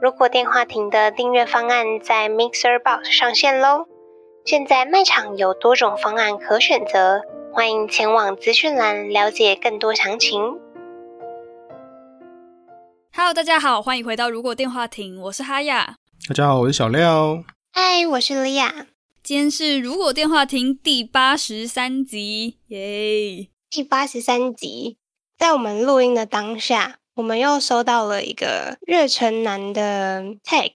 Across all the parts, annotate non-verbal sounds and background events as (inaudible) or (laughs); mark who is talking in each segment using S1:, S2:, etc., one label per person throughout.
S1: 如果电话亭的订阅方案在 Mixer Box 上线喽。现在卖场有多种方案可选择，欢迎前往资讯栏了解更多详情。
S2: Hello，大家好，欢迎回到《如果电话亭》，我是哈雅。
S3: 大家好，我是小廖。
S1: 嗨，我是莉亚。
S2: 今天是《如果电话亭》第八十三集，耶！
S1: 第八十三集，在我们录音的当下，我们又收到了一个热忱男的 tag，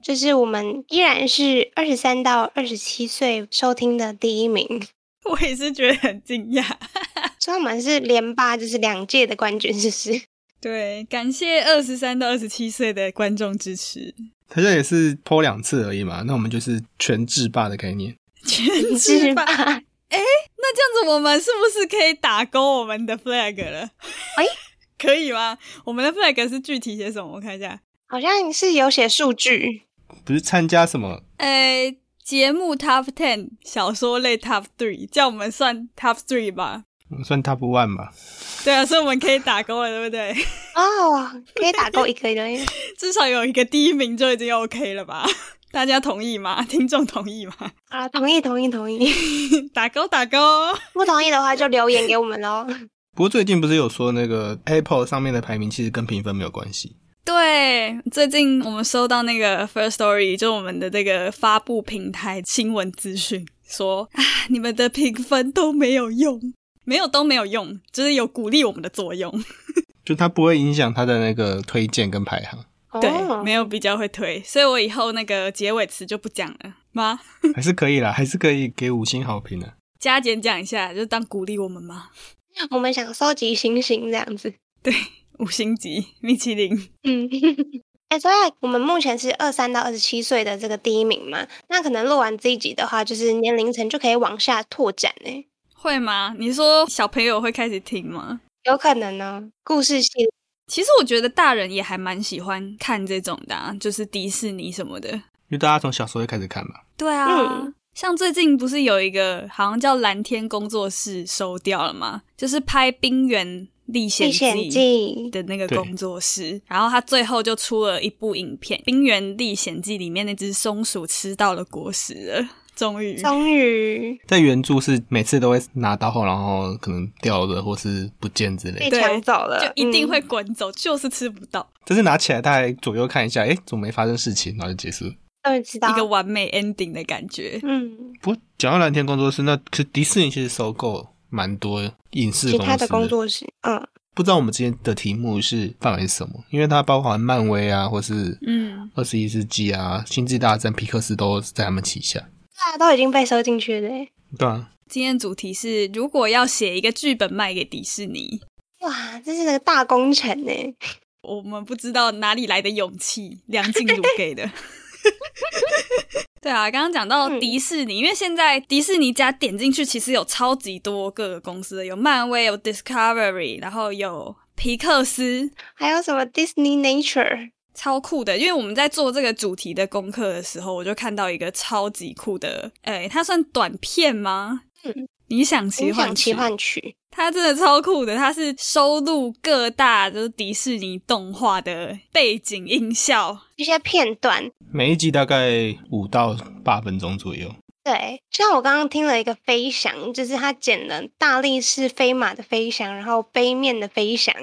S1: 就是我们依然是二十三到二十七岁收听的第一名，
S2: (laughs) 我也是觉得很惊讶。
S1: 所以我们是连霸，就是两届的冠军，是不是？
S2: 对，感谢二十三到二十七岁的观众支持，
S3: 他现在也是剖两次而已嘛，那我们就是全制霸的概念。
S2: 全
S1: 是
S2: 职吧。
S1: 吧？
S2: (laughs) 那这样子，我们是不是可以打勾我们的 flag 了？
S1: 哎，
S2: (laughs) 可以吗？我们的 flag 是具体写什么？我看一下。
S1: 好像是有写数据，
S3: 不是参加什么？
S2: 诶，节目 Top Ten，小说类 Top Three，叫我们算 Top Three 吧。
S3: 我们算 top one 吧。
S2: 对啊，所以我们可以打勾了，对不对？ (laughs)
S1: 哦，可以打勾一个人。
S2: 至少有一个第一名就已经 OK 了吧？ (laughs) 大家同意吗？听众同意吗？ (laughs)
S1: 好了，啊同意同意同意，
S2: 打勾打勾。
S1: 不同意的话就留言给我们喽。
S3: 不过最近不是有说那个 Apple 上面的排名其实跟评分没有关系，
S2: 对，最近我们收到那个 First Story，就是我们的这个发布平台新闻资讯，说 (sighs) 啊，你们的评分都没有用，没有都没有用，就是有鼓励我们的作用。
S3: 就它不会影响它的那个推荐跟排行，
S2: (laughs) 对，
S1: 哦
S2: 没有比较会推，所以我以后那个结尾词就不讲了吗？
S3: 还是可以啦，还是可以给五星好评啊的、
S2: 加减讲一下，就当鼓励我们嘛。
S1: 我们想收集星星这样子。
S2: 五星级米其林，
S1: 嗯， (laughs) 哎、所以我们目前是二三到二十七岁的这个第一名嘛，那可能录完这一集的话，就是年龄层就可以往下拓展哎、
S2: 会吗？你说小朋友会开始听吗？
S1: 有可能呢、故事系列
S2: 其实我觉得大人也还蛮喜欢看这种的、啊，就是迪士尼什么的。
S3: 因为大家从小时候就开始看嘛。
S2: 对啊，
S1: 嗯
S2: 像最近不是有一个好像叫蓝天工作室收掉了吗？就是拍《冰原历险
S1: 历
S2: 记》
S1: 险记，
S2: 的那个
S3: 对
S2: 工作室，然后他最后就出了一部影片《冰原历险记》，里面那只松鼠吃到了果实了，终于。
S1: (laughs) 终于
S3: 在原著是每次都会拿刀后，然后可能掉了或是不见之类
S1: 被
S2: 对
S3: 的，
S1: 抢走了
S2: 就，一定
S1: 嗯
S2: 会滚走，就是吃不到
S3: 但是拿起来他还左右看一下，哎、怎么没发生事情，然后就结束了。
S1: 终于知道
S2: 一个完美 ending 的感觉。
S1: 嗯，
S3: 不过讲到蓝天工作室，那可是迪士尼其实收购蛮多影视
S1: 其
S3: 公司
S1: 他的工作室，嗯，
S3: 不知道我们之间的题目是范围是什么，因为它包含漫威啊，或是
S2: 嗯，
S3: 二十一世纪啊、星际大战、皮克斯都在他们旗下。
S1: 对啊，都已经被收进去了、欸，
S3: 对啊，
S2: 今天主题是如果要写一个剧本卖给迪士尼，
S1: 哇，这是个大工程哎、
S2: 我们不知道哪里来的勇气，梁静茹给的。 (laughs) 对啊，刚刚讲
S1: 嗯
S2: 到迪士尼，因为现在迪士尼家点进去其实有超级多各个公司的，有漫威，有 Discovery，然后有皮克斯，
S1: 还有什么 Disney Nature，
S2: 超酷的。因为我们在做这个主题的功课的时候，我就看到一个超级酷的，诶，它算短片吗？
S1: 嗯，
S2: 理想奇
S1: 影
S2: 幻
S1: 响
S2: 曲
S1: 奇幻曲，
S2: 它真的超酷的，它是收录各大就是迪士尼动画的背景音效，
S1: 一些片段，
S3: 每一集大概五到八分钟左右。
S1: 对，像我刚刚听了一个飞翔，就是他剪了大力士飞马的飞翔，然后杯面的飞翔，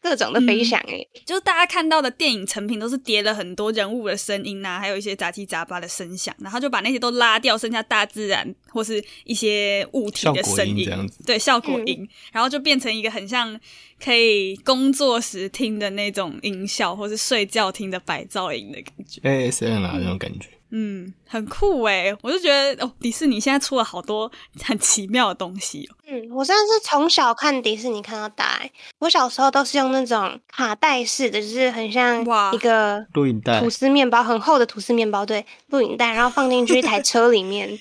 S1: 各种的飞
S2: 嗯
S1: 翔、欸，
S2: 就是大家看到的电影成品都是叠了很多人物的声音呐、还有一些杂七杂八的声响，然后就把那些都拉掉，剩下大自然或是一些物体的声
S3: 效果音这样子
S2: 对，效果音，然后就变成一个很像可以工作时听的那种音效，或是睡觉听的白噪音的感觉。
S3: ASN 啊，那种感觉。
S2: 嗯，很酷诶、我就觉得哦，迪士尼现在出了好多很奇妙的东西、哦。
S1: 嗯，我真的是从小看迪士尼看到大、欸。我小时候都是用那种卡带式的，就是很像
S2: 哇
S1: 一个
S3: 录影带
S1: 吐司面包，很厚的吐司面包，对，录影带，然后放进去一台车里
S2: (laughs)
S1: 面。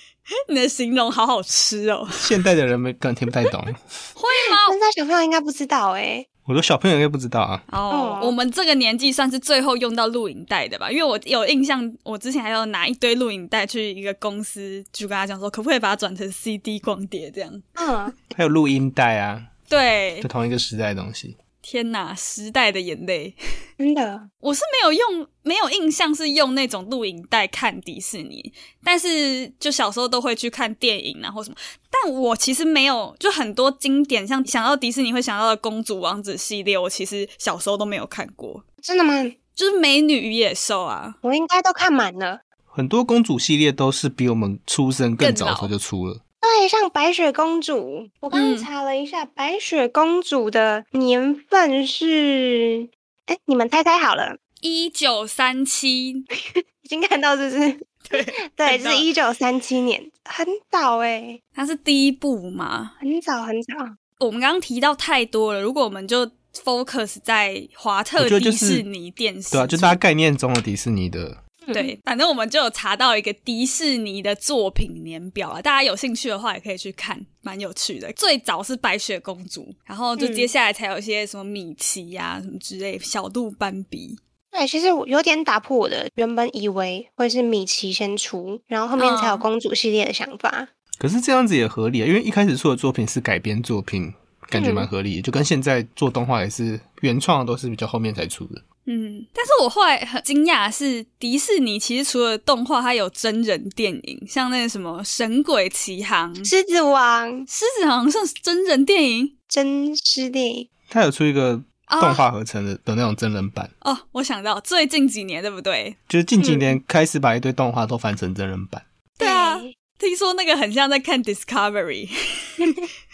S2: 你的形容好好吃哦，
S3: 现代的人们根本听不太 (laughs) 懂，
S2: 会吗？
S1: 现在小朋友应该不知道哎、
S3: 我说小朋友应该不知道啊。
S2: (laughs) 哦，我们这个年纪算是最后用到录影带的吧，因为我有印象，我之前还有拿一堆录影带去一个公司，就跟他讲说，可不可以把它转成 CD 光碟这样？
S1: 嗯，
S3: 还有录音带啊，
S2: 对
S3: 就，同一个时代的东西。
S2: 天哪，时代的眼泪。
S1: 真的，
S2: 我是没有用，没有印象是用那种录影带看迪士尼，但是就小时候都会去看电影啊或什么。但我其实没有，就很多经典，像想到迪士尼会想到的公主王子系列，我其实小时候都没有看过，
S1: 真的吗？
S2: 就是美女与野兽啊，
S1: 我应该都看满了。
S3: 很多公主系列都是比我们出生更
S2: 更
S3: 早的
S2: 老
S3: 时候就出了，
S1: 对，像白雪公主，我刚
S2: 嗯
S1: 刚查了一下，白雪公主的年份是，哎，你们猜猜好了，
S2: 一九三七，
S1: 已经看到是不是？
S2: (laughs)
S1: 对，
S2: 对，看
S1: 就
S2: 到
S1: 是一九三七年，很早哎、
S2: 它是第一部嘛，
S1: 很早很早。
S2: 我们刚刚提到太多了，如果我们就 focus 在华特
S3: 我觉得
S2: 迪
S3: 就是
S2: 士尼电视，
S3: 对啊，就大家概念中的迪士尼的。
S2: 嗯对，反正我们就有查到一个迪士尼的作品年表啊，大家有兴趣的话也可以去看，蛮有趣的。最早是白雪公主，然后就
S1: 嗯
S2: 接下来才有一些什么米奇呀、什么之类，小鹿斑比。
S1: 对，其实我有点打破我的原本以为会是米奇先出，然后后面才有
S2: 嗯
S1: 公主系列的想法。
S3: 可是这样子也合理啊，因为一开始出的作品是改编作品，感觉蛮合
S2: 嗯
S3: 理的，就跟现在做动画也是原创的都是比较后面才出的。
S2: 嗯，但是我后来很惊讶的是，迪士尼其实除了动画，它有真人电影，像那个什么《神鬼奇航》，
S1: 狮子王
S2: 狮子好像是真人电影
S1: 真狮弟，
S3: 它有出一个
S2: 啊
S3: 动画合成的、的那种真人版，
S2: 哦，我想到最近几年对不对？
S3: 就是近几年开始把一堆动画都翻成真人版。
S2: 对啊
S1: 对
S2: 听说那个很像在看 Discovery，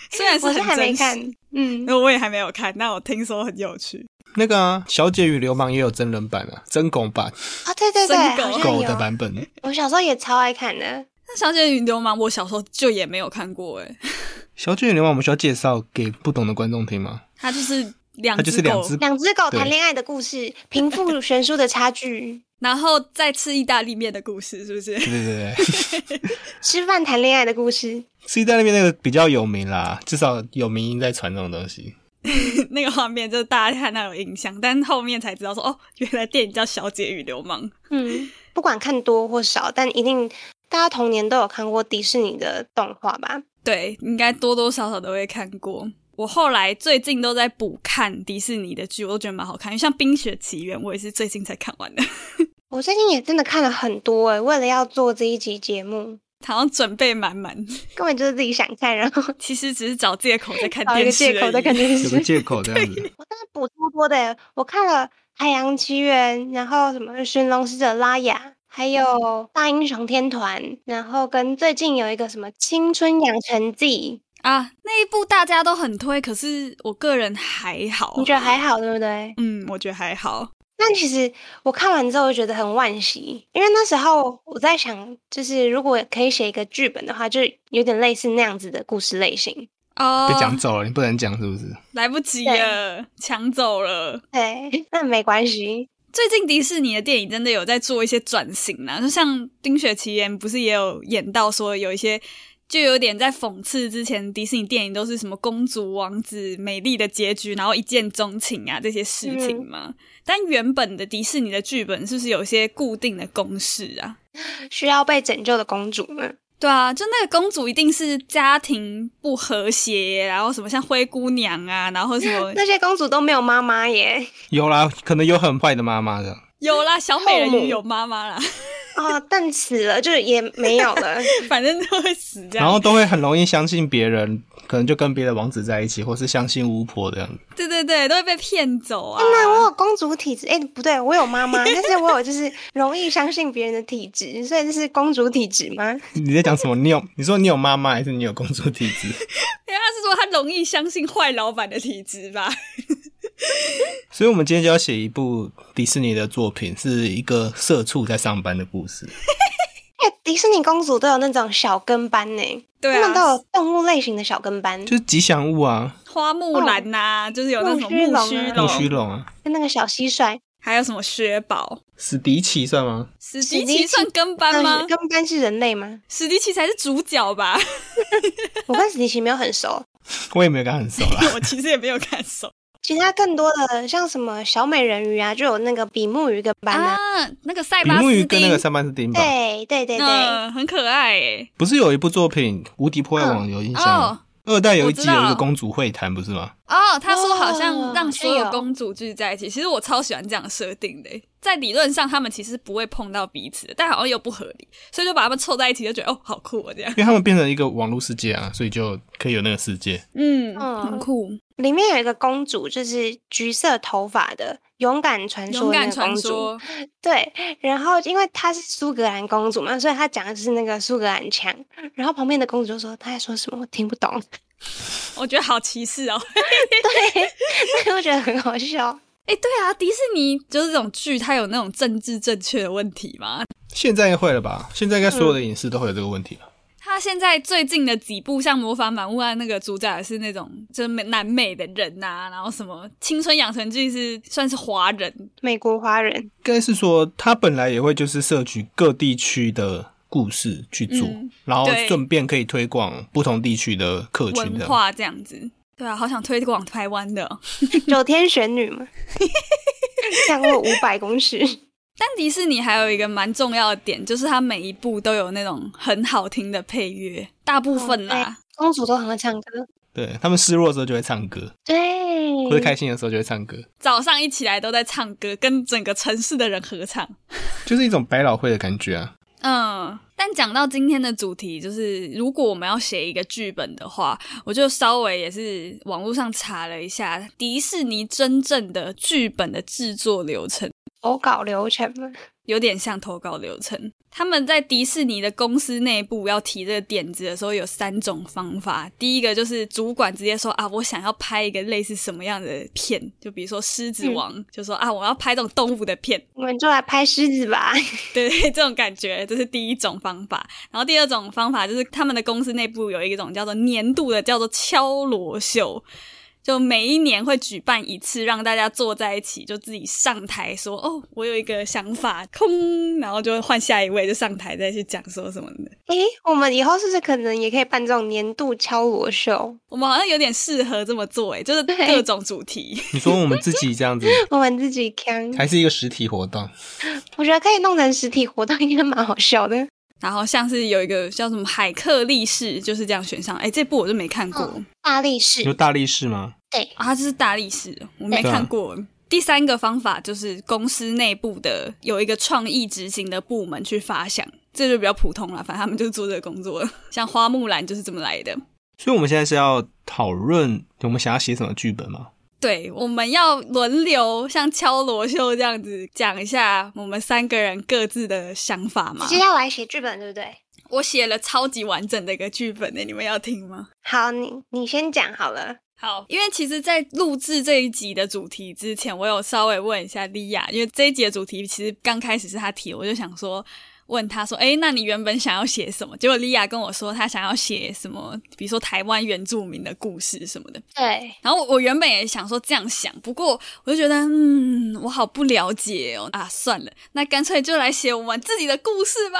S2: 虽啊然是
S1: 我是
S2: 很
S1: 还没
S2: 真实
S1: 看，嗯，
S2: 那我也还没有看，但我听说很有趣。
S3: 那个啊，《小姐与流氓》也有真人版啊，真狗版，
S1: 啊，对对对，
S2: 生狗
S1: 好像有
S3: 狗的版本。
S1: 我小时候也超爱看的。
S2: 那《小姐与流氓》我小时候就也没有看过、哎诶，
S3: 小姐与流氓，我们需要介绍给不懂的观众听吗？
S2: 它就是两
S3: 它
S2: 只狗，
S3: 就是两只，
S1: 两只狗谈
S3: 对
S1: 恋爱的故事，贫富悬殊的差距，
S2: 然后再吃意大利面的故事，是不是？
S3: 对对对 (laughs) 对，
S1: 吃饭谈恋爱的故事，
S3: C 在那边那个比较有名啦，至少有民音在传这种东西。
S2: 那个画面就是大家看到有印象，但后面才知道说，哦，原来电影叫《小姐与流氓》。
S1: 嗯，不管看多或少，但一定大家童年都有看过迪士尼的动画吧？
S2: 对，应该多多少少都会看过。我后来最近都在补看迪士尼的剧，我都觉得蛮好看，因为像《冰雪奇缘》，我也是最近才看完的。 (laughs)
S1: 我最近也真的看了很多诶、为了要做这一集节目，
S2: 好像准备满满，
S1: 根本就是自己想看，然后
S2: 其实只是找借口在看
S1: 找一
S2: 电
S1: 个
S2: 视而已。
S1: 借口在看电视
S3: (laughs) 有。个借口这
S2: (laughs)
S3: 样子，
S1: 我真的补超多的耶，我看了《海洋奇缘》，然后什么《寻龙使者拉雅》，还有《大英雄天团》，然后跟最近有一个什么《青春养成记
S2: 啊，那一部大家都很推，可是我个人还》，好
S1: 你。觉得还好对不对？
S2: 嗯，我觉得还好。
S1: 但其实我看完之后觉得很惋惜，因为那时候我在想，就是如果可以写一个剧本的话，就有点类似那样子的故事类型。
S2: 哦
S3: 被讲走了，你不能讲是不是？
S2: 来不及了，抢走了。
S1: 对， (laughs) 那没关系，
S2: 最近迪士尼的电影真的有在做一些转型啊啦，就像《冰雪奇缘》，不是也有演到说有一些，就有点在讽刺之前迪士尼电影都是什么公主、王子、美丽的结局，然后一见钟情啊这些事情嘛。
S1: 嗯
S2: 但原本的迪士尼的剧本是不是有一些固定的公式啊？
S1: 需要被拯救的公主们。
S2: 对啊，就那个公主一定是家庭不和谐，然后什么像灰姑娘啊，然后什
S1: (laughs)
S2: 么
S1: 那些公主都没有妈妈耶！
S3: 有啦，可能有很坏的妈妈的，
S2: 有啦，小美人
S1: 后母
S2: 鱼有妈妈啦， (laughs)
S1: 哦，但死了就也没有了。
S2: 反正都会死这样。
S3: 然后都会很容易相信别人，可能就跟别的王子在一起，或是相信巫婆这样子。
S2: 对对对，都会被骗走啊。
S1: 那我有公主体质，哎、不对，我有妈妈，但是我有就是容易相信别人的体质，所以这是公主体质吗？ (laughs) 哎
S3: 你在讲什么？你有你说你有妈妈，还是你有公主体
S2: (laughs)
S3: 质？
S2: 因为他是说他容易相信坏老板的体质
S1: (laughs)
S2: 吧？
S3: 所以我们今天就要写一部迪士尼的作品，是一个社畜在上班的故事。
S1: 迪士尼公主都有那种小跟班呢，
S2: 对
S1: 他们都
S2: 啊，
S1: 有动物类型的小跟班，
S3: 就是吉祥物啊，
S2: 花木兰呐、就是有那种
S1: 木须龙
S2: 木
S1: 啊
S2: 须
S3: 木
S2: 龙，
S3: 须龙啊，
S1: 跟那个小蟋蟀。
S2: 还有什么雪宝、
S3: 史迪奇算吗？ (laughs)
S2: 史迪
S1: 史迪
S2: 奇
S1: 奇
S2: 算跟班吗
S1: 那？跟班是人类吗？
S2: 史迪奇才是主角吧？ (laughs)
S1: 我跟史迪奇没有很熟，
S3: 我也没有跟他很熟
S2: (laughs)
S3: 啦。
S2: 我其实也没有看熟
S1: 其他更多的像什么小美人鱼啊，就有那个比目鱼跟班啊。
S2: 啊，那个塞
S3: 比
S2: 巴
S3: 目鱼
S2: 斯
S3: 跟那
S2: 汀
S3: 个，三班是丁吧，
S1: 对对对对，
S2: 嗯，很可爱诶、
S3: 不是有一部作品《无敌破坏王》有印象
S2: 哦
S3: 吗？二代有一集
S2: 嗯我知道
S3: 有一个公主会谈，不是吗？
S2: 哦，他说
S1: 哦
S2: 好像让所
S1: 哎
S2: 有
S1: 呦
S2: 公主聚在一起，其实我超喜欢这样设定的欸、在理论上，他们其实不会碰到彼此的，但好像又不合理，所以就把他们凑在一起，就觉得哦，好酷哦，这样
S3: 因。为他们变成一个网络世界啊，所以就可以有那个世界。
S2: 嗯，
S1: 嗯
S2: 很酷。
S1: 里面有一个公主，就是橘色头发的勇敢传
S2: 勇
S1: 说的那
S2: 敢
S1: 个
S2: 传
S1: 公主。
S2: 说，
S1: 对，然后因为她是苏格兰公主嘛，所以她讲的是那个苏格兰腔。然后旁边的公主就说她在说什么，我听不懂。 (laughs)
S2: 我觉得好歧视哦。
S1: 对，我觉得很好笑。
S2: 哎、对啊，迪士尼就是这种剧，它有那种政治正确的问题吗？
S3: 现在会了吧？现在应该所有的影视都会有这个问题吧？
S2: 它现在最近的几部，像《魔法满屋》啊，那个主角是那种就是美南美的人呐、然后什么《青春养成记》是算是华人，
S1: 美国华人，
S3: 应该是说，他本来也会就是摄取各地区的故事去做，
S2: 嗯
S3: 然后
S2: 对
S3: 顺便可以推广不同地区的客群
S2: 文
S3: 的。
S2: 化这样子。对啊，好想推广台湾的哦、
S1: (laughs) 九天玄女嘛，降落五百公尺。
S2: 但迪士尼还有一个蛮重要的点，就是它每一部都有那种很好听的配乐，大部分啦。
S1: 公主都很会唱歌，
S3: 对他们失落的时候就会唱歌，
S1: 对，
S3: 或者开心的时候就会唱歌，
S2: 早上一起来都在唱歌，跟整个城市的人合唱。
S3: 就是一种百老汇的感觉啊。
S2: 嗯，但讲到今天的主题，就是如果我们要写一个剧本的话，我就稍微也是网络上查了一下迪士尼真正的剧本的制作流程，
S1: 投稿流程嘛。
S2: 有点像投稿流程。他们在迪士尼的公司内部要提这个点子的时候，有三种方法。第一个就是主管直接说啊，我想要拍一个类似什么样的片，就比如说《狮子王》就说啊，我要拍这种动物的片。
S1: 我们就来拍狮子 (laughs) 吧。
S2: (laughs) 对对，这种感觉，这是第一种方法。然后第二种方法就是他们的公司内部有一种叫做年度的叫做敲锣秀，就每一年会举办一次，让大家坐在一起，就自己上台说：“哦，我有一个想法。”空，然后就会换下一位就上台再去讲说什么的。
S1: 诶，我们以后是不是可能也可以办这种年度敲锣秀？
S2: 我们好像有点适合这么做，诶，就是
S1: 对
S2: 各种主题。 (laughs)
S3: 你说我们自己这样子，
S1: 我们自己扛，
S3: 还是一个实体
S2: (laughs)
S3: 活动，
S1: 我觉得可以弄成实体活动，应该蛮好笑的。
S2: 然后像是有一个叫什么海克力士，就是这样选上。哎，这部我就没看过。
S1: 嗯大力
S3: 有
S1: 士，
S3: 大力士吗？
S2: 啊，它是大力士，我没
S3: 对
S2: 看过。第三个方法就是公司内部的有一个创意执行的部门去发想，这就比较普通了，反正他们就是做这个工作了。 (laughs) 像花木兰就是这么来的。
S3: 所以我们现在是要讨论我们想要写什么剧本吗？
S2: 对，我们要轮流像敲锣秀这样子讲一下我们三个人各自的想法嘛
S1: 直。接要来写剧本，对不对？
S2: 我写了超级完整的一个剧本呢，你们要听吗？
S1: 好，你你先讲好了。
S2: 好，因为其实，在录制这一集的主题之前，我有稍微问一下莉亚，因为这一集的主题其实刚开始是她提，我就想说问她说，诶，那你原本想要写什么？结果莉亚跟我说，她想要写什么，比如说台湾原住民的故事什么的。
S1: 对，
S2: 然后我我原本也想说这样想，不过我就觉得，嗯，我好不了解哦， (laughs) 啊，算了，那干脆就来写我们自己的故事吧，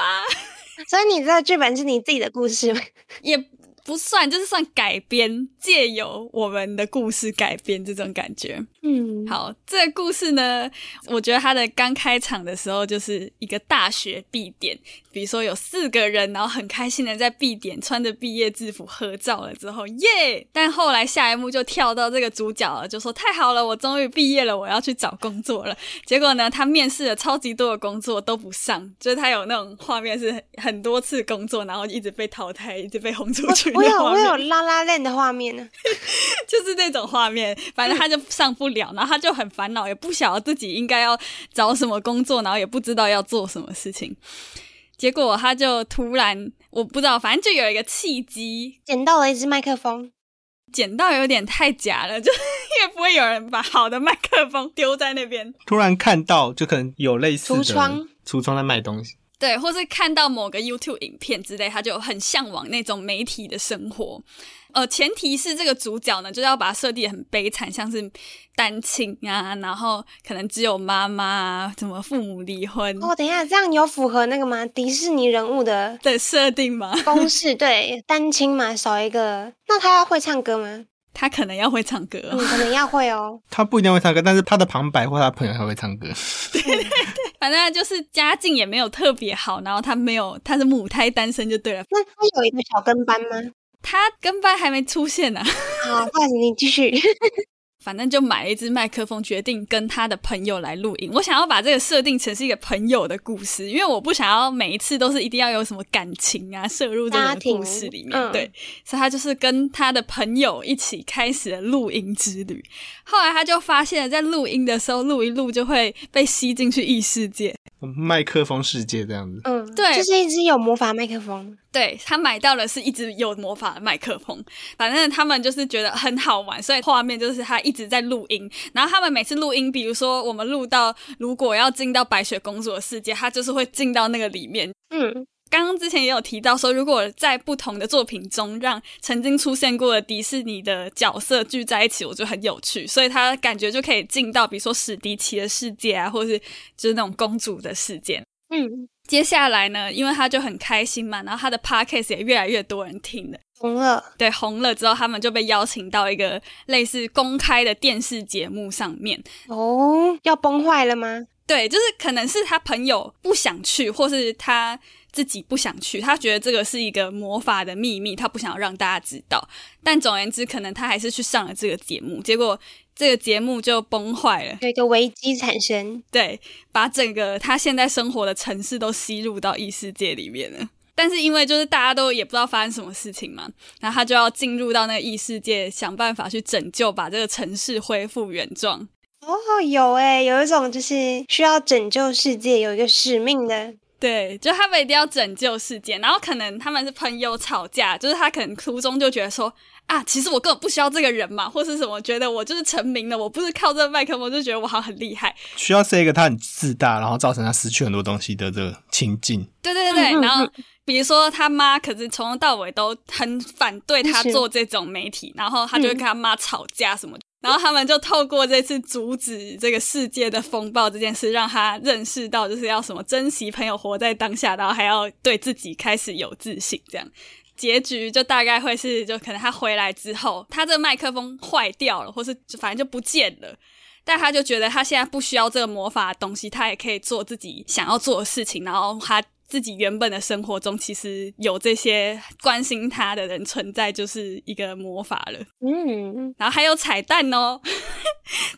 S1: 所以你这个剧本是你自己的故事吗？
S2: 也。不算，就是算改编，借由我们的故事改编这种感觉。
S1: 嗯，，
S2: 好，这个故事呢，我觉得它的刚开场的时候就是一个大学必点，比如说有四个人，然后很开心的在必点穿着毕业制服合照了之后，耶！但后来下一幕就跳到这个主角了，就说太好了，我终于毕业了，我要去找工作了。结果呢，他面试了超级多的工作都不上，就是他有那种画面是很多次工作，然后一直被淘汰，一直被轰出去
S1: (laughs)
S2: 的
S1: 我有
S2: 画
S1: 我
S2: 面
S1: 有拉拉链的画面呢。
S2: 就是那种画面，反正他就上不了，然后他就很烦恼，也不晓得自己应该要找什么工作，然后也不知道要做什么事情。结果他就突然，我不知道，反正就有一个契机，
S1: 捡到了一支麦克风，
S2: 捡到有点太假了，就是 (laughs) 因为不会有人把好的麦克风丢在那边。
S3: 突然看到，就可能有类似的
S1: 橱窗，
S3: 橱窗在卖东西，
S2: 对，或是看到某个 YouTube 影片之类，他就很向往那种媒体的生活。呃，前提是这个主角呢，就是要把它设定得很悲惨，像是单亲啊，然后可能只有妈妈啊，怎么父母离婚
S1: 哦，等一下，这样有符合那个吗？迪士尼人物
S2: (laughs)
S1: 的
S2: 的设定吗？
S1: 公式对单亲嘛，少一个。那他要会唱歌吗？
S2: 他可能要会唱歌
S1: 嗯，
S2: 哦、
S1: 可能要会哦。
S3: 他不一定会唱歌，但是他的旁白或他朋友他会唱歌。 (laughs)
S2: 反正就是家境也没有特别好，然后他没有，他是母胎单身就对了。
S1: 那他有一个小跟班吗？
S2: 他跟班还没出现呢、
S1: 好，不好意思，你继续。
S2: 反正就买了一支麦克风，决定跟他的朋友来录音。我想要把这个设定成是一个朋友的故事，因为我不想要每一次都是一定要有什么感情啊摄入这
S1: 家
S2: 个
S1: 庭
S2: 故事里面。
S1: 嗯
S2: 对，所以他就是跟他的朋友一起开始了录音之旅。后来他就发现了，在录音的时候录一录就会被吸进去异世界。
S3: 麦克风世界这样子，
S1: 嗯，
S2: 对
S1: 就是一支有魔法麦克风。
S2: 对他买到的是一支有魔法的麦克风，反正他们就是觉得很好玩，所以画面就是他一直在录音。然后他们每次录音，比如说我们录到如果要进到白雪公主的世界，他就是会进到那个里面。
S1: 嗯，
S2: 刚刚之前也有提到说，如果在不同的作品中让曾经出现过的迪士尼的角色聚在一起，我觉得很有趣，所以他感觉就可以进到比如说史迪奇的世界啊，或是就是那种公主的世界，
S1: 嗯，
S2: 接下来呢，因为他就很开心嘛，然后他的 podcast 也越来越多人听了，
S1: 懂了。
S2: 对，红了之后，他们就被邀请到一个类似公开的电视节目上面。
S1: 哦，要崩坏了吗？
S2: 对，就是可能是他朋友不想去，或是他自己不想去，他觉得这个是一个魔法的秘密，他不想让大家知道。但总而言之，可能他还是去上了这个节目，结果这个节目就崩坏了，
S1: 有一个危机产生。
S2: 对，把整个他现在生活的城市都吸入到异世界里面了。但是因为就是大家都也不知道发生什么事情嘛，然后他就要进入到那个异世界，想办法去拯救，把这个城市恢复原状。
S1: 哦，有哎、有一种就是需要拯救世界，有一个使命的。
S2: 对，就他们一定要拯救世界，然后可能他们是朋友吵架，就是他可能途中就觉得说啊，其实我根本不需要这个人嘛，或是什么，觉得我就是成名了，我不是靠这个麦克风就觉得我好像很厉害，
S3: 需要是一个他很自大，然后造成他失去很多东西的这个情
S1: (laughs)
S3: 境。
S2: 对对对，
S1: 嗯嗯
S2: 然后比如说他妈，可是从头到尾都很反对他
S1: 是
S2: 做这种媒体，然后他就会
S1: 嗯
S2: 跟他妈吵架什么的。然后他们就透过这次阻止这个世界的风暴这件事，让他认识到就是要什么珍惜朋友，活在当下，然后还要对自己开始有自信。这样结局就大概会是，就可能他回来之后，他这个麦克风坏掉了，或是就反正就不见了。但他就觉得他现在不需要这个魔法的东西，他也可以做自己想要做的事情。然后他自己原本的生活中，其实有这些关心他的人存在，就是一个魔法了。
S1: 嗯，
S2: 然后还有彩蛋哦，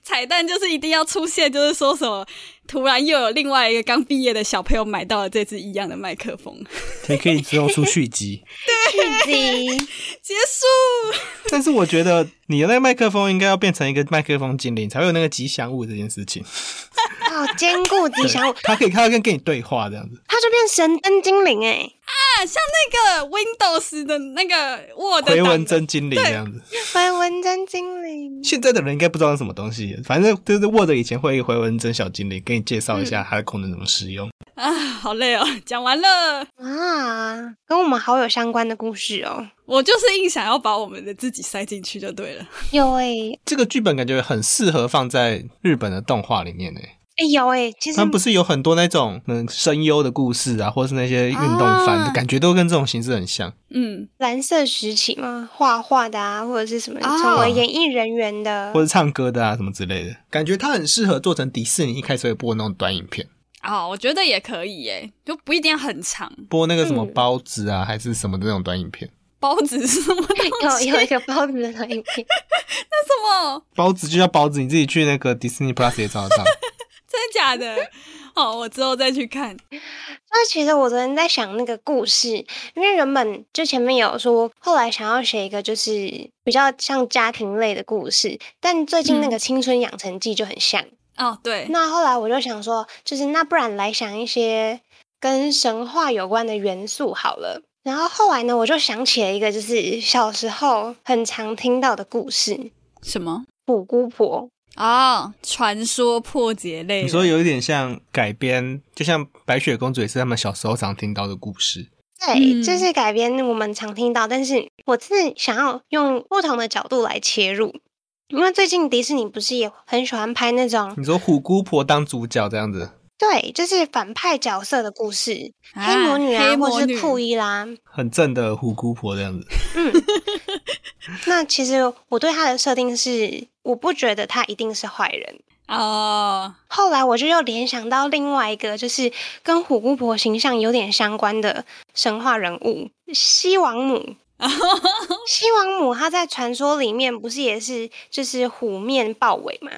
S2: 彩蛋就是一定要出现，就是说什么突然又有另外一个刚毕业的小朋友买到了这支一样的麦克风， (laughs)
S3: 也可以之后出续集，
S1: 续集。
S2: 结束。
S3: 但是我觉得你的那个麦克风应该要变成一个麦克风精灵，才会有那个吉祥物这件事情。
S1: 哦，兼顾吉祥物
S3: 对， (laughs) 他可以看到跟跟你对话这
S1: (laughs)
S3: 样子，
S1: 他就变神灯精灵哎、
S2: 啊，像那个 Windows 的那个 Word
S3: 回
S2: 档
S3: 文
S2: 的
S3: 真精灵这样子。
S1: 回文真精灵。
S3: 现在的人应该不知道是什么东西，反正就是 Word 以前会有一个回文针小精灵，给你介绍一下它的功能怎么使用。
S2: 啊，好累哦，讲完了。
S1: 啊，跟我们好有相关的故事哦。
S2: 我就是硬想要把我们的自己塞进去就对了。
S1: 有哎、
S3: 这个剧本感觉很适合放在日本的动画里面呢。欸
S1: 哎、有哎、其实
S3: 他们不是有很多那种嗯声优的故事啊，或是那些运动番的、
S2: 啊
S3: 感觉，都跟这种形式很像。
S2: 嗯，
S1: 蓝色时期嘛，画画的啊，或者是什么
S2: 哦
S1: 成为演艺人员的
S3: 或，者唱歌的啊什么之类的，感觉它很适合做成迪士尼一开始会播那种短影片，
S2: 哦，我觉得也可以耶，就不一定要很长。
S3: 播那个什么
S1: 嗯
S3: 包子啊、还是什么的那种短影片。
S2: 包子是什么东
S1: (laughs) 有
S2: 西？
S1: 有一个包子的短 (laughs) 影片，
S2: 什么？
S3: 包子就叫包子，你自己去那个迪士尼 Plus 也找得
S1: (laughs)
S3: 到。
S2: 真的假 (laughs) 的？哦，我之后再去看。
S1: 那其实我昨天在想那个故事，因为原本就前面有说，后来想要写一个就是比较像家庭类的故事，但最近那个《青春养成记》就很像。
S2: 哦，对，
S1: 那后来我就想说，就是那不然来想一些跟神话有关的元素好了。然后后来呢，我就想起了一个就是小时候很常听到的故事
S2: 什么？
S1: ——虎姑婆。
S2: 哦，传说破解类的，
S3: 你说有一点像改编，就像白雪公主也是他们小时候常听到的故事。
S1: 对，这
S2: 嗯
S1: 是改编我们常听到，但是我是想要用不同的角度来切入，因为最近迪士尼不是也很喜欢拍那
S2: 嗯
S1: 种
S3: 你说虎姑婆当主角这样子，
S1: 对，就是反派角色的故事，
S2: 啊
S1: 黑魔女啊，
S2: 黑魔
S1: 或是
S2: 女
S1: 库伊拉。
S3: 很正的虎姑婆这样子。
S1: (laughs) 那其实我对她的设定是，我不觉得她一定是坏人。
S2: 哦，
S1: 后来我就又联想到另外一个，就是跟虎姑婆形象有点相关的神话人物西王母。西王母她在传说里面不是也是就是虎面豹尾吗？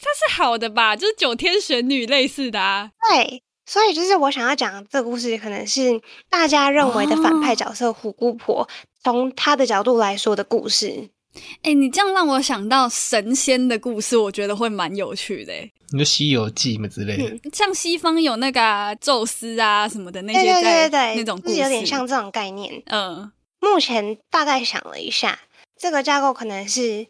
S2: 它是好的吧？就是九天玄女类似的啊，
S1: 对，所以就是我想要讲这个故事，可能是大家认为的反派角色虎姑婆，从她的角度来说的故事。
S2: 哎、你这样让我想到神仙的故事，我觉得会蛮有趣的欸。
S3: 你说《西游记》嘛之类的，
S1: 嗯
S2: 像西方有那个啊、宙斯啊什么的那
S1: 对
S2: 些
S1: 对
S2: 在
S1: 对对对，
S2: 那种
S1: 就
S2: 故
S1: 是
S2: 事，
S1: 有点像这种概念。
S2: 嗯
S1: 目前大概想了一下，这个架构可能是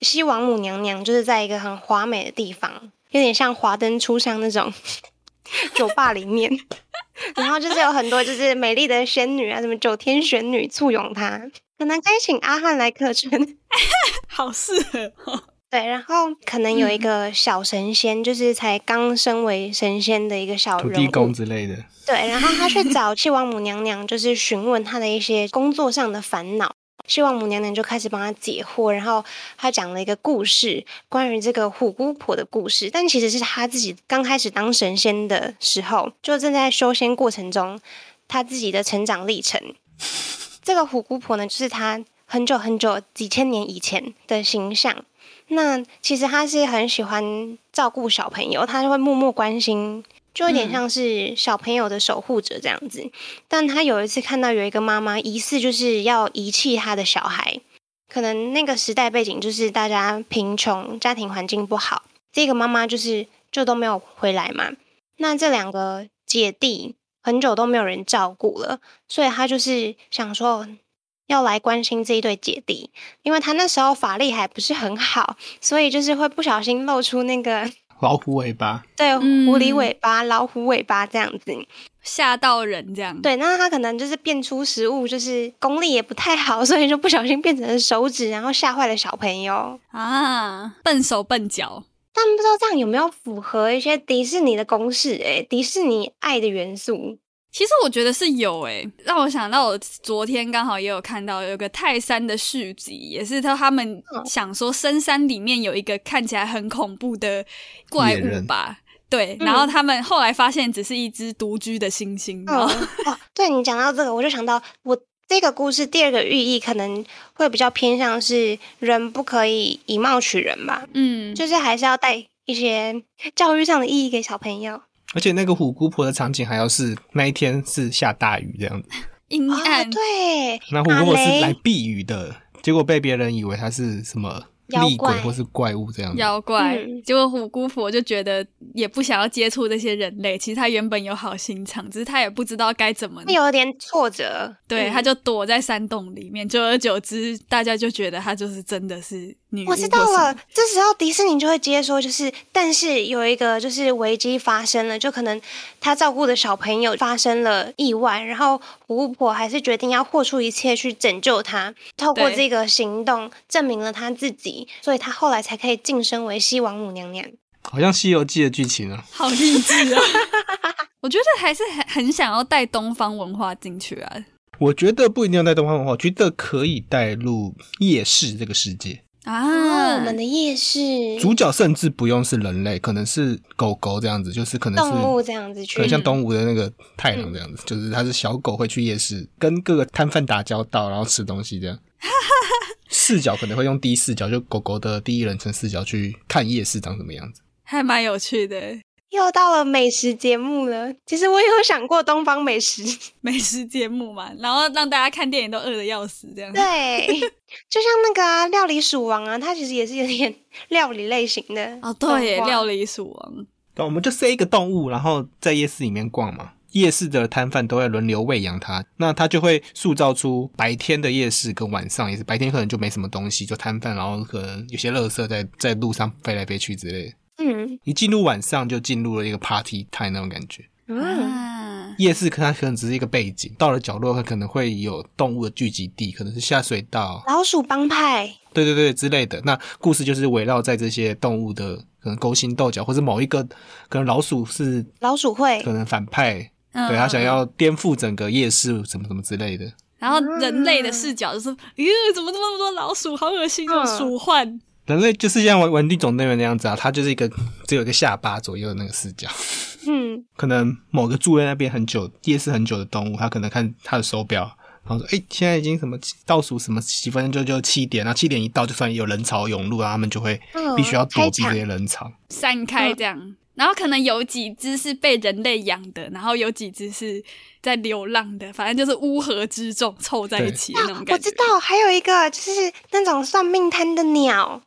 S1: 西王母娘娘就是在一个很华美的地方，有点像华灯初上那种 (laughs) 酒吧里面， (laughs) 然后就是有很多就是美丽的仙女啊，什么九天玄女簇拥她，可能可以请阿汉来客串。 (laughs)
S2: 好适合哦。
S1: 对，然后可能有一
S2: 嗯
S1: 个小神仙，就是才刚升为神仙的一个小
S3: 土
S1: 人
S3: 地公
S1: 物。
S3: 之类的。
S1: 对，然后他去找七王母娘娘，就是询问她的一些工作上的烦恼。七王母娘娘就开始帮他解惑，然后他讲了一个故事，关于这个虎姑婆的故事。但其实是他自己刚开始当神仙的时候，就正在修仙过程中，他自己的成长历程。这个虎姑婆呢，就是她很久很久几千年以前的形象。那其实她是很喜欢照顾小朋友，她就会默默关心，就有点像是小朋友的守护者这样子。但她有一次看到有一个妈妈疑似就是要遗弃她的小孩，可能那个时代背景就是大家贫穷，家庭环境不好，这个妈妈就是就都没有回来嘛。那这两个姐弟很久都没有人照顾了，所以他就是想说要来关心这一对姐弟，因为他那时候法力还不是很好，所以就是会不小心露出那个
S3: 老虎尾巴，
S1: 对
S2: 嗯
S1: 狐狸尾巴、老虎尾巴这样子。
S2: 吓到人这样，
S1: 对，那他可能就是变出食物，就是功力也不太好， (laughs) 所以就不小心变成了手指，然后吓坏了小朋友。
S2: 啊，笨手笨脚，
S1: 但不知道这样有没有符合一些迪士尼的公式、欸？诶，迪士尼爱的元素。
S2: 其实我觉得是有诶、让我想到我昨天刚好也有看到有个泰山的续集，也是他他们
S1: 嗯
S2: 想说深山里面有一个看起来很恐怖的怪
S3: 野
S2: 物
S3: 人
S2: 吧。对，
S1: 嗯
S2: 然后他们后来发现只是一只独居的猩猩，然
S3: 嗯
S1: 哦
S2: 后
S1: 哦，对你讲到这个，我就想到我这个故事第二个寓意可能会比较偏向是人不可以以貌取人吧，
S2: 嗯，
S1: 就是还是要带一些教育上的意义给小朋友。
S3: 而且那个虎姑婆的场景还要是那一天是下大雨这样子，
S2: 阴
S1: 哦，
S2: 暗，
S1: 对，
S3: 那虎姑婆
S1: 打
S3: 是
S1: 雷
S3: 来避雨的，结果被别人以为她是什么厉
S1: 妖怪
S3: 鬼或是怪物这样子。
S2: 妖怪。
S1: 嗯
S2: 结果虎姑婆就觉得也不想要接触这些人类，其实她原本有好心肠，只是她也不知道该怎么。
S1: 会有点挫折。
S2: 对，
S1: 嗯
S2: 她就躲在山洞里面，久而久之，大家就觉得她就是真的是女
S1: 我
S2: 巫或
S1: 知
S2: 什么。
S1: 道了，这时候迪士尼就会接说，就是但是有一个就是危机发生了，就可能他照顾的小朋友发生了意外，然后虎姑婆还是决定要豁出一切去拯救他，透过
S2: 对
S1: 这个行动证明了他自己，所以他后来才可以晋升为西王母娘娘。
S3: 好像《西游记》的剧情啊，
S2: 好励志啊！ (laughs) 我觉得还是很很想要带东方文化进去啊
S3: 我觉得不一定要带东方文化，我觉得可以带入夜市这个世界。
S1: 哦，
S2: 啊！
S1: 我们的夜市
S3: 主角甚至不用是人类，可能是狗狗这样子，就是可能是
S1: 动物这样子
S3: 可
S1: 去嗯
S3: 能，像
S2: 嗯
S3: 东吴的那个太郎这样子，就是他是小狗会去夜市跟各个摊贩打交道，然后吃东西
S1: (laughs)
S3: 这样。视角可能会用第一视角，就狗狗的第一人称视角去看夜市长什么样子。
S2: 还蛮有趣的
S1: 又到了美食节目了。其实我也有想过东方美
S2: (laughs)
S1: 食。
S2: 美食节目嘛，然后让大家看电影都饿得要死，这样
S1: 对， (laughs) 就像那个、啊《料理鼠王》啊，它其实也是有点 (laughs) 料理类型的
S2: 哦，对耶，料
S1: 理
S2: 理鼠王，
S3: 对，我们就塞一个动物，然后在夜市里面逛嘛。夜市的摊贩都会轮流喂养它，那它就会塑造出白天的夜市跟晚上也是，白天可能就没什么东西，就摊贩，然后可能有些垃圾在在路上飞来飞去之类的。
S1: 嗯
S3: 一进入晚上就进入了一个 party time 那种感觉。
S1: 嗯
S2: 啊，
S3: 夜市它可能只是一个背景，到了角落它可能会有动物的聚集地，可能是下水道，
S1: 老鼠帮派，
S3: 对对对之类的。那故事就是围绕在这些动物的可能勾心斗角，或者某一个可能老鼠是
S1: 老鼠会
S3: 可能反派，
S2: 嗯
S3: 对他想要颠覆整个夜市什么什么之类的。
S2: 然后人类的视角就是，咦，怎么这么多老鼠，好恶心哦，
S1: 嗯
S2: 鼠患。
S3: 人类就是像玩玩具总动员那样子啊，它就是一个只有一个下巴左右的那个视角。
S1: 嗯，
S3: 可能某个住在那边很久、夜市很久的动物，它可能看它的手表，然后说：“哎、现在已经什么倒数什么几分钟就就七点，然后七点一到，就算有人潮涌入啊，他们就会
S1: 嗯
S3: 必须要
S2: 哦
S1: 开
S3: 躲避这
S1: 场
S3: 些人潮。
S2: 散
S1: 嗯
S2: 开这样。然后可能有几只是被人类养的，然后有几只是在流浪的，反正就是乌合之众凑在一起的那种
S1: 啊我
S2: 感觉。
S1: 知道，还有一个就是那种算命摊的鸟，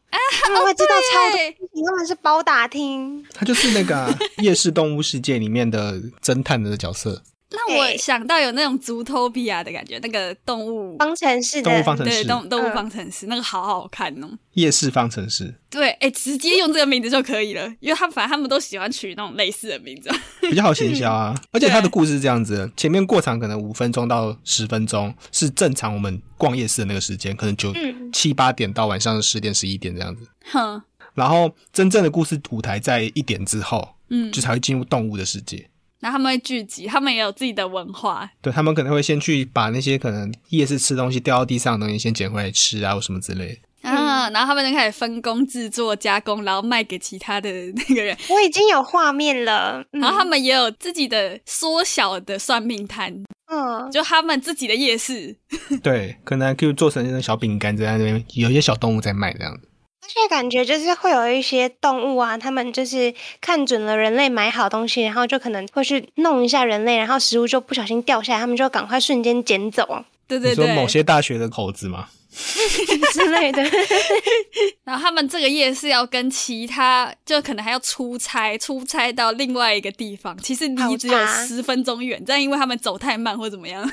S1: 他们会知道超多
S2: 对
S1: 事情，他们是包打听，
S3: 它就是那个啊、夜市动物世界里面的侦探的角色，
S2: 让我想到有那种竹头比亚的感觉，那个动物
S1: 方程式
S3: 动物方
S1: 的，
S2: (laughs)
S3: 程
S2: 对
S3: 式、
S2: 动动物
S1: 嗯
S2: 方程式，那个好好看哦。
S3: 夜市方程式，
S2: 对，哎，直接用这个名字就可以了，因为他们反正他们都喜欢取那种类似的名字。
S3: 比较好行销啊。而且它的故事是这样子的，前面过场可能五分钟到十分钟是正常我们逛夜市的那个时间，可能就
S1: 嗯
S3: 七八点到晚上十点十一点这样子。
S2: 哼，
S3: 然后真正的故事舞台在一点之后，
S2: 嗯
S3: 就，才会进入动物的世界。
S2: 然后他们会聚集，他们也有自己的文化，
S3: 对他们可能会先去把那些可能夜市吃东西掉到地上的东西先捡回来吃啊，或什么之
S2: (laughs)
S3: 类的。
S1: 嗯
S2: 啊，然后他们就开始分工制作、加工，然后卖给其他的那个人，
S1: 我已经有画面了，嗯
S2: 然后他们也有自己的缩小的算命摊，
S1: 嗯，
S2: 就他们自己的夜市。
S3: 对，可能还可以做成那种小饼干，在那边有一些小动物在卖这样子。
S1: 而且感觉就是会有一些动物啊，他们就是看准了人类买好东西，然后就可能会去弄一下人类，然后食物就不小心掉下来，他们就赶快瞬间捡走
S2: 对对
S3: 你说
S2: 对，
S3: 某些大学的猴子吗？
S1: 之类的。
S2: 然后他们这个夜市要跟其他，就可能还要出差，出差到另外一个地方，其实离只有
S1: 好大
S2: 十分钟远，但因为他们走太慢或怎么样，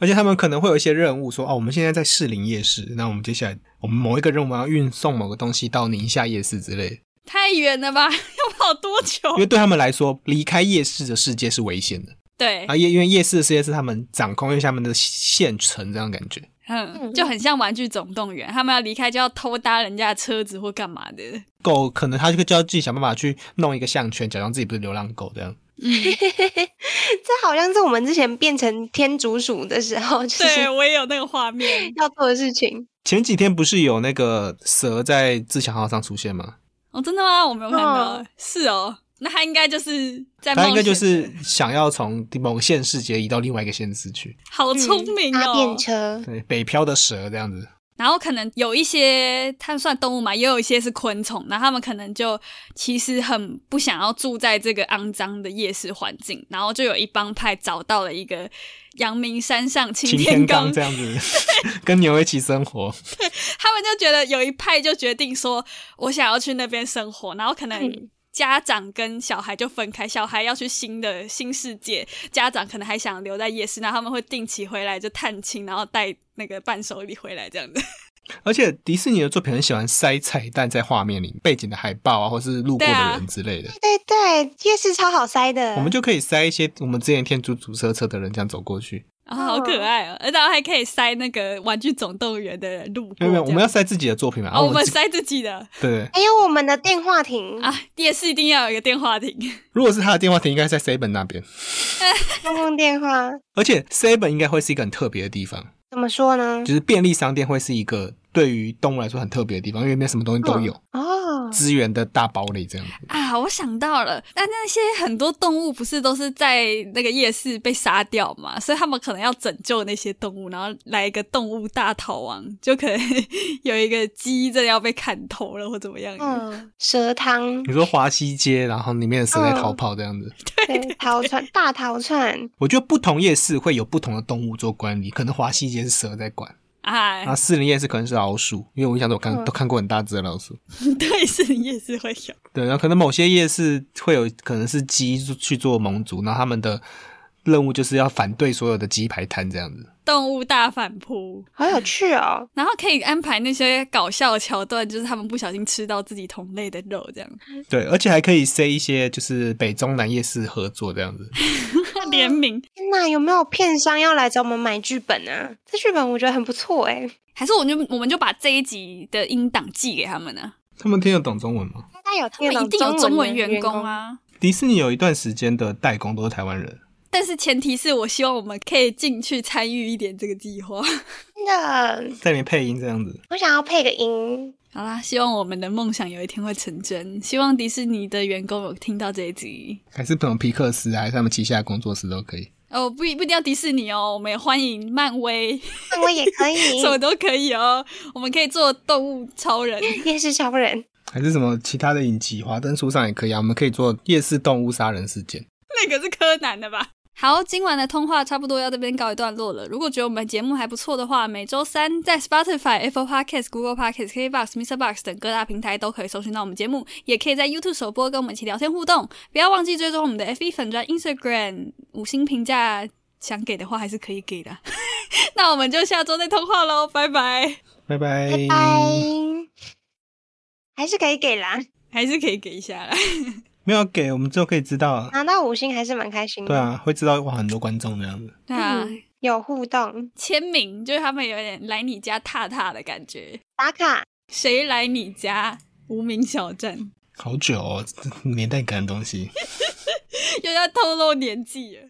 S3: 而且他们可能会有一些任务说，哦，我们现在在士林夜市，那我们接下来我们某一个任务要运送某个东西到宁夏夜市之类的。
S2: 太远了吧？ (laughs) 要跑多
S3: 因为
S2: 久？
S3: 对他们来说，离开夜市的世界是危险的。
S2: 对
S3: 啊，，夜因为夜市的世界是他们掌控，因为他们的县城这样感觉。
S2: 嗯，就很像《玩具总动员》，他们要离开就要偷搭人家的车子或干嘛的。
S3: 狗可能它就就要自己想办法去弄一个项圈，假装自己不是流浪狗这样。
S2: 嗯
S1: 这好像是我们之前变成天竺鼠的时候，就是
S2: 对我也有那个画面，
S1: 要做的事情。
S3: 前几天不是有那个蛇在自强号上出现吗？
S2: 哦，真的吗？我没有看到，
S1: 嗯
S2: 是哦。那他应该就是在
S3: 它应该就
S2: 冒
S3: 是
S2: 险的
S3: 想要从某个县市直接移到另外一个县市去，
S2: 好
S1: 嗯
S2: 聪明
S1: 搭
S2: 哦
S1: 便。车，
S3: 对，北漂的蛇这样子。
S2: 然后可能有一些它算动物嘛，也有一些是昆虫，然后他们可能就其实很不想要住在这个肮脏的夜市环境，然后就有一帮派找到了一个阳明山上
S3: 擎
S2: 擎
S3: 天
S2: 岗
S3: 刚这样子，跟牛一起生活，
S2: 他们就觉得有一派就决定说，我想要去那边生活，然后可能
S1: 嗯
S2: 家长跟小孩就分开，小孩要去新的新世界，家长可能还想留在夜市，那他们会定期回来就探亲，然后带那个伴手礼回来这样子。
S3: 而且迪士尼的作品很喜欢塞彩蛋在画面里，背景的海报啊，或是路过
S2: 对啊
S3: 的人之类的。
S1: 对对，夜市超好塞的。
S3: 我们就可以塞一些我们之前天竺足车车的人这样走过去，
S2: 然后好可爱哦、然后还可以塞那个《玩具总动员》的路过这
S3: 没有
S2: 样，
S3: 没有，我们要啊塞自己的作品嘛，然
S2: 哦，
S3: 后
S2: 我们
S3: 自
S2: 塞自己的
S3: 对。
S1: 还有我们的电话亭，
S2: 啊，夜市一定要有一个电话亭，
S3: 如果是他的电话亭，应该在 Seven 那边，
S1: 公共电话
S3: 而且 Seven 应该会是一个很特别的地方，
S1: 怎么说呢？
S3: 就是便利商店会是一个对于动物来说很特别的地方，因为里面什么东西都
S2: 嗯
S3: 有，
S1: 哦，
S3: 资源的大堡垒这样子。
S2: (laughs) 啊，我想到了，那那些很多动物不是都是在那个夜市被杀掉嘛，所以他们可能要拯救那些动物，然后来一个动物大逃亡，就可能 (laughs) 有一个鸡真的要被砍头了或怎么样。
S1: 嗯，蛇
S2: (laughs)
S1: 汤
S3: 你说华西街，然后里面的蛇在逃跑这样子，
S2: 嗯
S1: 对，陶串大陶串，
S3: 我觉得不同夜市会有不同的动物做管理，可能华西街是蛇在管，
S2: 哎、
S3: 然后士林夜市可能是老鼠，因为我想说我看
S1: 嗯
S3: 都看过很大只的老鼠。
S2: (laughs) 对，是夜市会有，
S3: 对，然后可能某些夜市会有可能是鸡去做盟族，然后他们的任务就是要反对所有的鸡排摊这样子。
S2: 动物大反扑，
S1: 好有趣
S2: (laughs)
S1: 哦！
S2: 然后可以安排那些搞笑的桥段，就是他们不小心吃到自己同类的肉这样，
S3: 对，而且还可以塞一些就是北中南夜市合作这样子。
S2: (laughs) 联名
S1: 天哪，有没有片商要来找我们买剧本啊？这剧本我觉得很不错哎，
S2: 还是我们就我们就把这一集的音档寄给他们呢、
S3: 他们听得懂中文吗？
S1: 大家有
S2: 他
S1: 听得
S2: 们
S1: 懂
S2: 一定有中文
S1: 的
S2: 员工？啊。
S3: 迪士尼有一段时间的代工都是台湾人，
S2: 但是前提是我希望我们可以进去参与一点这个计划。 (laughs)
S1: 真的，
S3: 在里面配音这样子。
S1: 我想要配个音，
S2: 好啦，希望我们的梦想有一天会成真。希望迪士尼的员工有听到这一集
S3: 还是不能皮克斯啊，还是他们旗下的工作室都可以。
S2: 哦，不一不一定要迪士尼哦，我们也欢迎漫威，
S1: 那我也可以
S2: (laughs) 什，么都可以哦。我们可以做动物超人，
S1: 夜市超人。
S3: 还是什么其他的影集，华灯初上也可以啊。我们可以做夜市动物杀人事件。
S2: 那个是柯南的吧？好，今晚的通话差不多要这边告一段落了。如果觉得我们节目还不错的话，每周三在 Spotify、Apple Podcast、Google Podcast、KBox、Mr. Box 等各大平台都可以搜寻到我们节目，也可以在 YouTube 首播跟我们一起聊天互动。不要忘记追踪我们的 FB 粉专、Instagram，五星评价想给的话还是可以给的。 (laughs) 那我们就下周再通话喽，拜拜！
S3: 拜拜，
S1: 拜拜，嗯还是可以给啦，
S2: 还是可以给一下啦。 (laughs)
S3: 没有给我们之后可以知道啊。
S1: 拿到五星还是蛮开心的。
S3: 对，啊，会知道哇，很多观众这样子。
S2: 对啊，
S1: 嗯有互动
S2: 签名就是他们有点来你家踏踏的感觉，
S1: 打卡，
S2: 谁来你家？无名小站。
S3: (laughs) 好久哦，这年代感的东西。
S2: 又要透露年纪了。